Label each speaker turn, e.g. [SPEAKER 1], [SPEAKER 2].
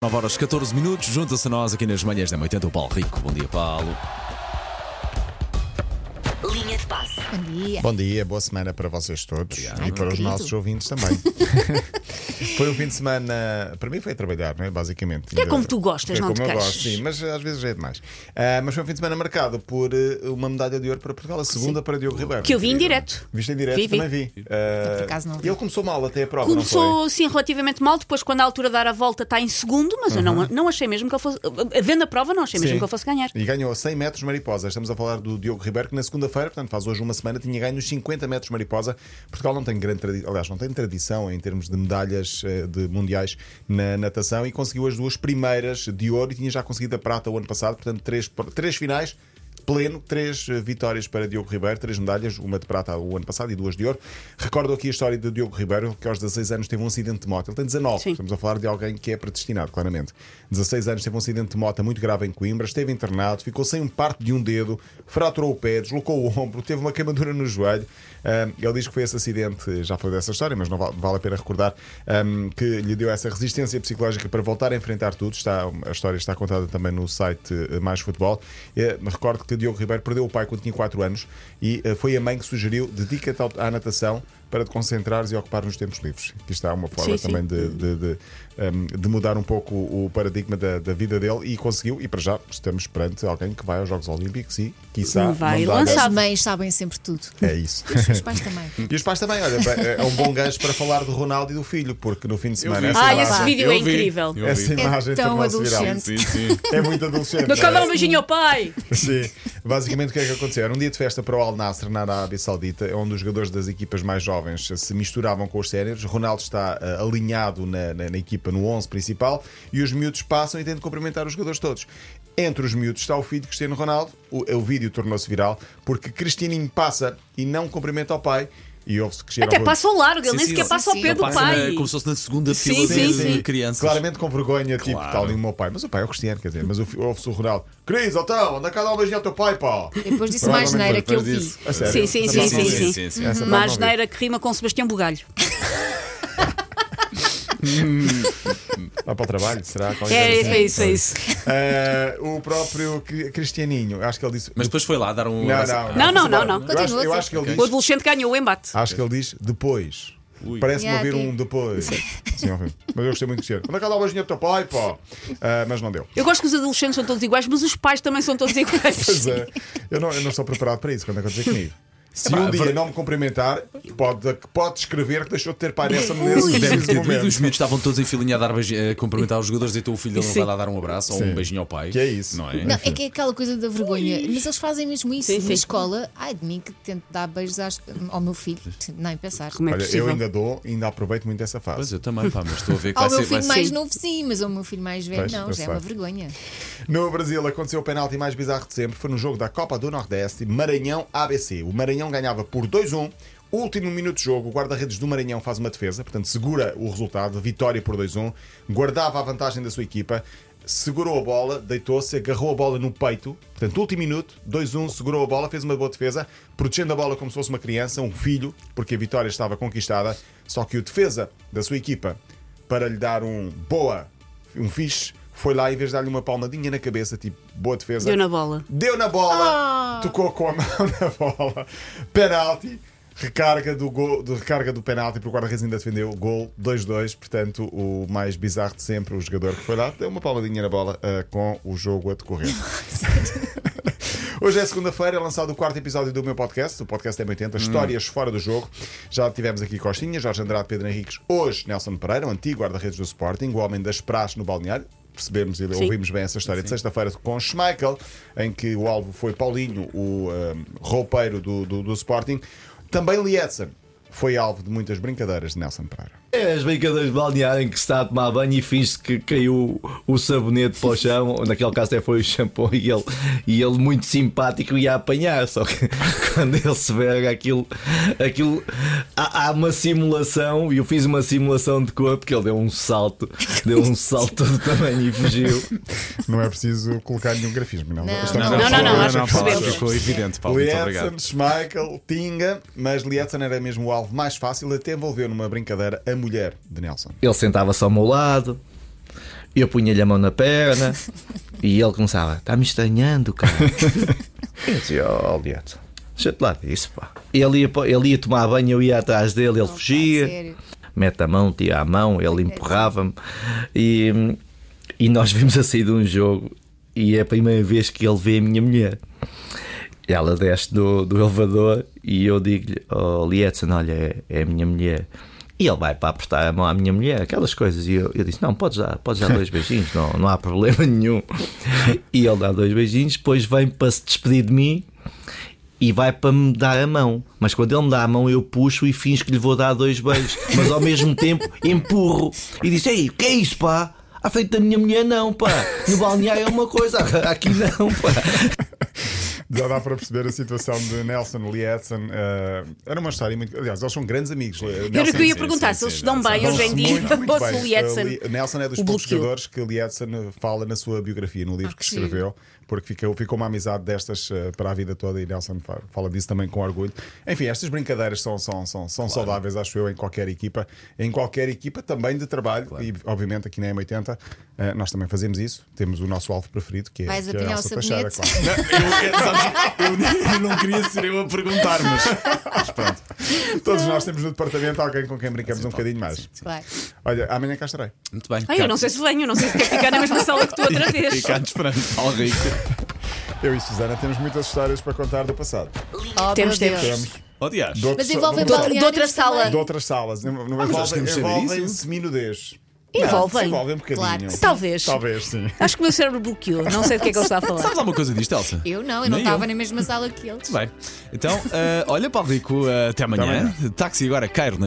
[SPEAKER 1] 9 horas 14 minutos, junta-se a nós aqui nas manhãs da 80 o Paulo Rico. Bom dia, Paulo.
[SPEAKER 2] Linha de passe.
[SPEAKER 3] Bom dia.
[SPEAKER 4] Bom dia, boa semana para vocês todos
[SPEAKER 3] Ai,
[SPEAKER 4] e para os
[SPEAKER 3] querido.
[SPEAKER 4] nossos ouvintes também. foi um fim de semana. Para mim foi trabalhar, não é? Basicamente.
[SPEAKER 3] É como tu gostas,
[SPEAKER 4] é
[SPEAKER 3] não
[SPEAKER 4] como
[SPEAKER 3] te
[SPEAKER 4] eu
[SPEAKER 3] queixes.
[SPEAKER 4] gosto, sim, mas às vezes já é demais. Ah, mas foi um fim de semana marcado por eh, uma medalha de ouro para Portugal, a segunda para Diogo Ribeiro.
[SPEAKER 3] Que eu vi em
[SPEAKER 4] Incrível.
[SPEAKER 3] direto.
[SPEAKER 4] Viste em direto,
[SPEAKER 3] Vi, vi.
[SPEAKER 4] também vi. Ah,
[SPEAKER 3] por acaso não vi.
[SPEAKER 4] Ele começou mal até a prova. não foi?
[SPEAKER 3] Começou assim relativamente mal, depois, quando a altura de dar a volta, está em segundo, mas eu
[SPEAKER 1] Uhum.
[SPEAKER 3] não, não achei mesmo que ele fosse. Vendo a prova, não achei mesmo
[SPEAKER 4] Sim.
[SPEAKER 3] que ele fosse ganhar.
[SPEAKER 4] E ganhou 100 metros mariposa. Estamos a falar do Diogo Ribeiro, que na segunda-feira, portanto faz hoje uma semana, tinha ganho os 50 metros mariposa. Portugal não tem grande tradição, aliás, não tem tradição em termos de medalhas eh, de mundiais na natação e conseguiu as duas primeiras de ouro e tinha já conseguido a prata o ano passado, portanto, três, três finais. Pleno, três eh, vitórias para Diogo Ribeiro, três medalhas, uma de prata o ano passado e duas de ouro. Recordo aqui a história de Diogo Ribeiro, que aos 16 anos teve um acidente de moto. Ele tem 19,
[SPEAKER 3] Sim.
[SPEAKER 4] portanto, Estamos a falar de alguém que é predestinado, claramente. 16 anos, teve um acidente de moto muito grave em Coimbra, esteve internado, ficou sem um parte de um dedo, fraturou o pé, deslocou o ombro, teve uma queimadura no joelho. Ahm, ele diz que foi esse acidente, já falei dessa história, mas não vale, vale a pena recordar, ahm, que lhe deu essa resistência psicológica para voltar a enfrentar tudo. Está, a história está contada também no site eh, Mais Futebol. Eh, recordo que Diogo Ribeiro perdeu o pai quando tinha 4 anos e eh, foi a mãe que sugeriu dedica-te ao- à natação para te concentrares e ocupar nos tempos livres. Aqui está uma forma
[SPEAKER 3] Sim, sim.
[SPEAKER 4] também de, de, de, um, de mudar um pouco o paradigma da, da vida dele e conseguiu. E para já estamos perante alguém que vai aos Jogos Olímpicos e, quiçá,
[SPEAKER 3] Vai
[SPEAKER 4] medalha.
[SPEAKER 3] lançar.
[SPEAKER 5] As
[SPEAKER 3] Sabe.
[SPEAKER 5] mães sabem sempre tudo.
[SPEAKER 4] É isso.
[SPEAKER 5] E os pais também.
[SPEAKER 4] E os pais também, olha, bem, é um bom gancho para falar do Ronaldo e do filho, porque no fim de semana.
[SPEAKER 1] vi.
[SPEAKER 4] essa
[SPEAKER 3] Ah,
[SPEAKER 4] imagem-
[SPEAKER 3] esse vídeo
[SPEAKER 1] Eu
[SPEAKER 3] é
[SPEAKER 1] vi,
[SPEAKER 3] incrível.
[SPEAKER 1] eu
[SPEAKER 4] Essa
[SPEAKER 1] vi.
[SPEAKER 4] imagem
[SPEAKER 5] É tão
[SPEAKER 4] tornou-se viral.
[SPEAKER 5] adolescente.
[SPEAKER 1] Sim, sim.
[SPEAKER 4] É muito adolescente.
[SPEAKER 3] Meu
[SPEAKER 4] não é?
[SPEAKER 3] cabelo, um beijinho ao pai!
[SPEAKER 4] Sim. Basicamente, o que é que aconteceu? Era um dia de festa para o Al Nassr na Arábia Saudita, onde os jogadores das equipas mais jovens se misturavam com os séniores. Ronaldo está ah, alinhado na, na- na equipa, no 11 principal, e os miúdos passam e tentam cumprimentar os jogadores todos. Entre os miúdos está o filho de Cristiano Ronaldo. O, o vídeo tornou-se viral porque Cristianinho passa e não cumprimenta o pai. E ouve-se Cristiano
[SPEAKER 3] Até
[SPEAKER 4] Ronaldo.
[SPEAKER 3] passa ao largo, ele
[SPEAKER 1] Sim,
[SPEAKER 3] nem
[SPEAKER 1] sim,
[SPEAKER 3] sequer
[SPEAKER 1] sim,
[SPEAKER 3] passa ao
[SPEAKER 1] sim,
[SPEAKER 3] pé
[SPEAKER 1] ele
[SPEAKER 3] do
[SPEAKER 1] passa na-
[SPEAKER 3] pai.
[SPEAKER 1] Como se fosse na segunda
[SPEAKER 3] Sim,
[SPEAKER 1] fila de-
[SPEAKER 3] sim,
[SPEAKER 1] de
[SPEAKER 3] sim.
[SPEAKER 1] crianças.
[SPEAKER 4] Claramente com vergonha, tipo,
[SPEAKER 1] Claro.
[SPEAKER 4] tal nem o meu pai. Mas o pai é o Cristiano, quer dizer, mas o fi- ouve-se o Ronaldo. Cris, então, anda cá dar um beijinho ao teu pai, pá.
[SPEAKER 5] Depois disse mais neira que eu vi.
[SPEAKER 4] A sério?
[SPEAKER 3] Sim, sim,
[SPEAKER 4] Essa
[SPEAKER 3] sim,
[SPEAKER 4] parte
[SPEAKER 3] sim,
[SPEAKER 4] não vi.
[SPEAKER 3] sim.
[SPEAKER 1] sim.
[SPEAKER 4] Assim, Essa parte
[SPEAKER 3] Mas
[SPEAKER 4] não vi.
[SPEAKER 1] é?
[SPEAKER 3] neira que rima com Sebastião Bugalho.
[SPEAKER 4] Vai para o trabalho, será? Qualquer
[SPEAKER 3] É
[SPEAKER 4] coisa
[SPEAKER 3] isso, é
[SPEAKER 4] assim.
[SPEAKER 3] isso, é isso.
[SPEAKER 4] Eh, o próprio Cri- Cristianinho, acho que ele disse.
[SPEAKER 1] Mas depois foi lá dar um.
[SPEAKER 4] Não,
[SPEAKER 1] abraço.
[SPEAKER 4] não,
[SPEAKER 3] Não, não, não,
[SPEAKER 4] Eu
[SPEAKER 3] não.
[SPEAKER 4] acho,
[SPEAKER 5] Continua,
[SPEAKER 4] eu
[SPEAKER 5] sim.
[SPEAKER 4] acho que é ele
[SPEAKER 3] O
[SPEAKER 4] diz.
[SPEAKER 3] adolescente ganhou o embate.
[SPEAKER 1] Ah.
[SPEAKER 4] Acho que ele diz depois.
[SPEAKER 1] Ui.
[SPEAKER 4] Parece-me
[SPEAKER 5] Yeah,
[SPEAKER 4] ouvir
[SPEAKER 5] aqui.
[SPEAKER 4] um depois. Sim, ouvi. mas eu gostei muito de ser. Anda cá dar um beijinho ao teu pai, pá. Eh, mas não deu.
[SPEAKER 3] Eu gosto que os adolescentes são todos iguais, mas os pais também são todos
[SPEAKER 4] Pois
[SPEAKER 3] iguais.
[SPEAKER 4] é, eu não, eu não estou preparado para isso quando é acontecer comigo. Se
[SPEAKER 1] Epá,
[SPEAKER 4] um dia
[SPEAKER 1] ver-
[SPEAKER 4] não me cumprimentar, pode, pode escrever que deixou de ter pai nessa nesse
[SPEAKER 1] Deve
[SPEAKER 4] preciso
[SPEAKER 1] ter doído, os
[SPEAKER 4] momento.
[SPEAKER 1] miúdos estavam todos em filinha a, dar beijinho- a cumprimentar os jogadores e então o filho dele não
[SPEAKER 3] Sim.
[SPEAKER 1] vai lá dar um abraço ou um
[SPEAKER 4] Sim.
[SPEAKER 1] beijinho ao pai.
[SPEAKER 4] Que é isso.
[SPEAKER 1] Não é?
[SPEAKER 5] Não, é que é aquela coisa da vergonha. Mas eles fazem mesmo isso.
[SPEAKER 3] Sim,
[SPEAKER 5] Na
[SPEAKER 3] sim.
[SPEAKER 5] escola, ai de mim que tento dar beijos às- ao meu filho. Nem pensar.
[SPEAKER 3] Como é
[SPEAKER 4] Olha, eu
[SPEAKER 3] possível?
[SPEAKER 4] ainda dou, ainda aproveito muito essa fase.
[SPEAKER 1] Pois eu também, pá, mas estou a ver que
[SPEAKER 5] Ao
[SPEAKER 1] vai
[SPEAKER 5] meu
[SPEAKER 1] ser.
[SPEAKER 5] filho
[SPEAKER 1] vai
[SPEAKER 5] mais
[SPEAKER 1] ser-
[SPEAKER 5] novo, sim, mas ao meu filho mais velho,
[SPEAKER 4] Pois,
[SPEAKER 5] não.
[SPEAKER 4] eu
[SPEAKER 5] Já é
[SPEAKER 4] sei.
[SPEAKER 5] uma vergonha.
[SPEAKER 4] No Brasil aconteceu o penalti mais bizarro de sempre. Foi no jogo da Copa do Nordeste, Maranhão ABC. O Maranhão ganhava por 2-1. Último minuto de jogo, o guarda-redes do Maranhão faz uma defesa, portanto segura o resultado, vitória por 2-1, guardava a vantagem da sua equipa, segurou a bola, deitou-se, agarrou a bola no peito, portanto último minuto, 2-1, segurou a bola, fez uma boa defesa, protegendo a bola como se fosse uma criança, um filho, porque a vitória estava conquistada, só que o defesa da sua equipa, para lhe dar um boa um fixe, foi lá em vez de dar-lhe uma palmadinha na cabeça, tipo, boa defesa.
[SPEAKER 3] Deu na bola. Ah!
[SPEAKER 4] Deu na bola, tocou com a mão na bola, penalti, recarga do, gol, do, recarga do penalti, porque o guarda-redes ainda defendeu, gol 2-2, portanto, o mais bizarro de sempre, o jogador que foi lá, deu uma palmadinha na bola ah, com o jogo a decorrer. Hoje é segunda-feira, é lançado o quarto episódio do meu podcast, o podcast M80,
[SPEAKER 3] Hum.
[SPEAKER 4] Histórias Fora do Jogo. Já tivemos aqui Costinha, Jorge Andrade, Pedro Henriques, hoje Nelson Pereira, o antigo guarda-redes do Sporting, o homem das praxes no balneário. Percebemos e ouvimos bem essa história de sexta-feira com Schmeichel, em que o alvo foi Paulinho, o ahm, roupeiro do, do, do Sporting. Também Lietzen foi alvo de muitas brincadeiras de Nelson Pereira.
[SPEAKER 6] É as brincadeiras de balneário em que se está a tomar banho e finge que caiu o sabonete para o chão, ou naquele caso até foi o shampoo, e ele, e ele muito simpático ia apanhar, só que quando ele se vê aquilo, aquilo há, há uma simulação, e eu fiz uma simulação de corpo que ele deu um salto, deu um salto do tamanho e fugiu.
[SPEAKER 4] Não é preciso colocar nenhum grafismo, não.
[SPEAKER 5] Não,
[SPEAKER 4] Estamos
[SPEAKER 5] não,
[SPEAKER 4] a
[SPEAKER 3] não,
[SPEAKER 4] falar-
[SPEAKER 3] não, não, acho que
[SPEAKER 1] Paulo,
[SPEAKER 3] percebemos.
[SPEAKER 1] Ficou evidente, Paulo. Muito
[SPEAKER 4] Lietzen,
[SPEAKER 1] obrigado.
[SPEAKER 4] Schmeichel, Tinga, mas Lietzen era mesmo o alvo mais fácil, até envolveu numa brincadeira a mulher de Nelson.
[SPEAKER 6] Ele sentava-se ao meu lado. Eu punha-lhe a mão na perna e ele começava: Está-me estranhando, cara. eu dizia: "Oh, Olha, deixa-te lá disso, pá. Ele ia, pa- ele ia tomar banho, eu ia atrás dele, ele
[SPEAKER 5] pá,
[SPEAKER 6] fugia.
[SPEAKER 5] sério.
[SPEAKER 6] Mete a mão, tira a mão, ele empurrava-me. E, e nós vimos a sair de um jogo e é a primeira vez que ele vê a minha mulher. Ela desce do, do elevador e eu digo-lhe: Oh, Lietzen, olha, é, é a minha mulher. E ele vai para apertar a mão à minha mulher, aquelas coisas. E eu, eu disse: Não, podes dar, podes dar dois beijinhos, não, não há problema nenhum. E ele dá dois beijinhos, depois vem para se despedir de mim e vai para me dar a mão. Mas quando ele me dá a mão, eu puxo e finjo que lhe vou dar dois beijos, mas ao mesmo tempo empurro e disse: Ei, o que é isso, pá? À frente da minha mulher, não, pá. No balneário é uma coisa, aqui não, pá.
[SPEAKER 4] Já dá para perceber a situação de Nelson Lietzen. eh, era uma história muito. Aliás, eles são grandes amigos. eh,
[SPEAKER 3] Eu era
[SPEAKER 4] Nelson
[SPEAKER 3] o que eu ia
[SPEAKER 1] sim,
[SPEAKER 3] perguntar
[SPEAKER 1] sim,
[SPEAKER 3] se eles
[SPEAKER 1] sim,
[SPEAKER 3] se dão
[SPEAKER 1] Nelson.
[SPEAKER 3] bem hoje em dia
[SPEAKER 4] Muito, muito
[SPEAKER 3] ou se
[SPEAKER 4] bem.
[SPEAKER 3] o Lietzen.
[SPEAKER 4] Eh, Nelson é dos
[SPEAKER 3] o
[SPEAKER 4] poucos
[SPEAKER 3] bloqueou.
[SPEAKER 4] jogadores que Lietzen fala na sua biografia, no livro
[SPEAKER 5] Ah,
[SPEAKER 4] que
[SPEAKER 5] que giro.
[SPEAKER 4] escreveu, porque ficou, ficou uma amizade destas eh, para a vida toda e Nelson fa- fala disso também com orgulho. Enfim, estas brincadeiras são, são, são, são saudáveis, acho eu, em qualquer equipa, em qualquer equipa também de trabalho, e obviamente aqui na M80 eh, nós também fazemos isso. Temos o nosso alvo preferido, que é,
[SPEAKER 5] Vais
[SPEAKER 4] que é a
[SPEAKER 5] apanhar o
[SPEAKER 4] Elsa Teixeira,
[SPEAKER 5] sabonete.
[SPEAKER 4] claro.
[SPEAKER 1] Eu não queria ser eu a perguntar, mas.
[SPEAKER 4] Todos nós temos no departamento alguém com quem brincamos um bocadinho mais.
[SPEAKER 5] Claro.
[SPEAKER 4] Olha, amanhã cá estarei.
[SPEAKER 1] Muito bem.
[SPEAKER 3] Ai, eu não sei se venho, não sei se quer ficar na mesma sala que tu outra vez.
[SPEAKER 1] Ficados perante Paulo Rico.
[SPEAKER 4] Eu e Susana temos muitas histórias para contar do passado.
[SPEAKER 5] Oh,
[SPEAKER 3] Temos,
[SPEAKER 5] meu Deus.
[SPEAKER 3] temos.
[SPEAKER 1] Oh, dias.
[SPEAKER 4] De outros-
[SPEAKER 5] Mas envolvem
[SPEAKER 4] de outros-
[SPEAKER 5] balneários
[SPEAKER 3] De outra sala.
[SPEAKER 5] também.
[SPEAKER 4] De outras salas.
[SPEAKER 1] Ah,
[SPEAKER 4] Não, não
[SPEAKER 1] acho que
[SPEAKER 4] envolvem
[SPEAKER 1] temos de saber
[SPEAKER 4] envolvem
[SPEAKER 1] isso.
[SPEAKER 4] seminudez.
[SPEAKER 3] Envolvem.
[SPEAKER 4] Envolvem um bocadinho.
[SPEAKER 5] Claro que sim.
[SPEAKER 3] Talvez.
[SPEAKER 4] Talvez, sim.
[SPEAKER 3] Acho que o meu cérebro bloqueou. Não sei do que é que ele está a falar.
[SPEAKER 1] Sabes alguma coisa disto, Elsa?
[SPEAKER 5] Eu não, eu não
[SPEAKER 1] Nem
[SPEAKER 5] estava na mesma sala que eles.
[SPEAKER 1] Muito bem. Então, eh, olha, Paulo Rico, eh, até amanhã.
[SPEAKER 4] amanhã.
[SPEAKER 1] Táxi agora, Cairo. na-